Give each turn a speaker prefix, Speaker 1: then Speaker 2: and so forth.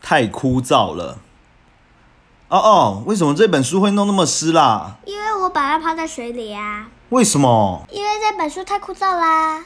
Speaker 1: 太枯燥了。哦哦，为什么这本书会弄那么湿啦？
Speaker 2: 因为我把它泡在水里啊，
Speaker 1: 为什么？
Speaker 2: 因为这本书太枯燥啦。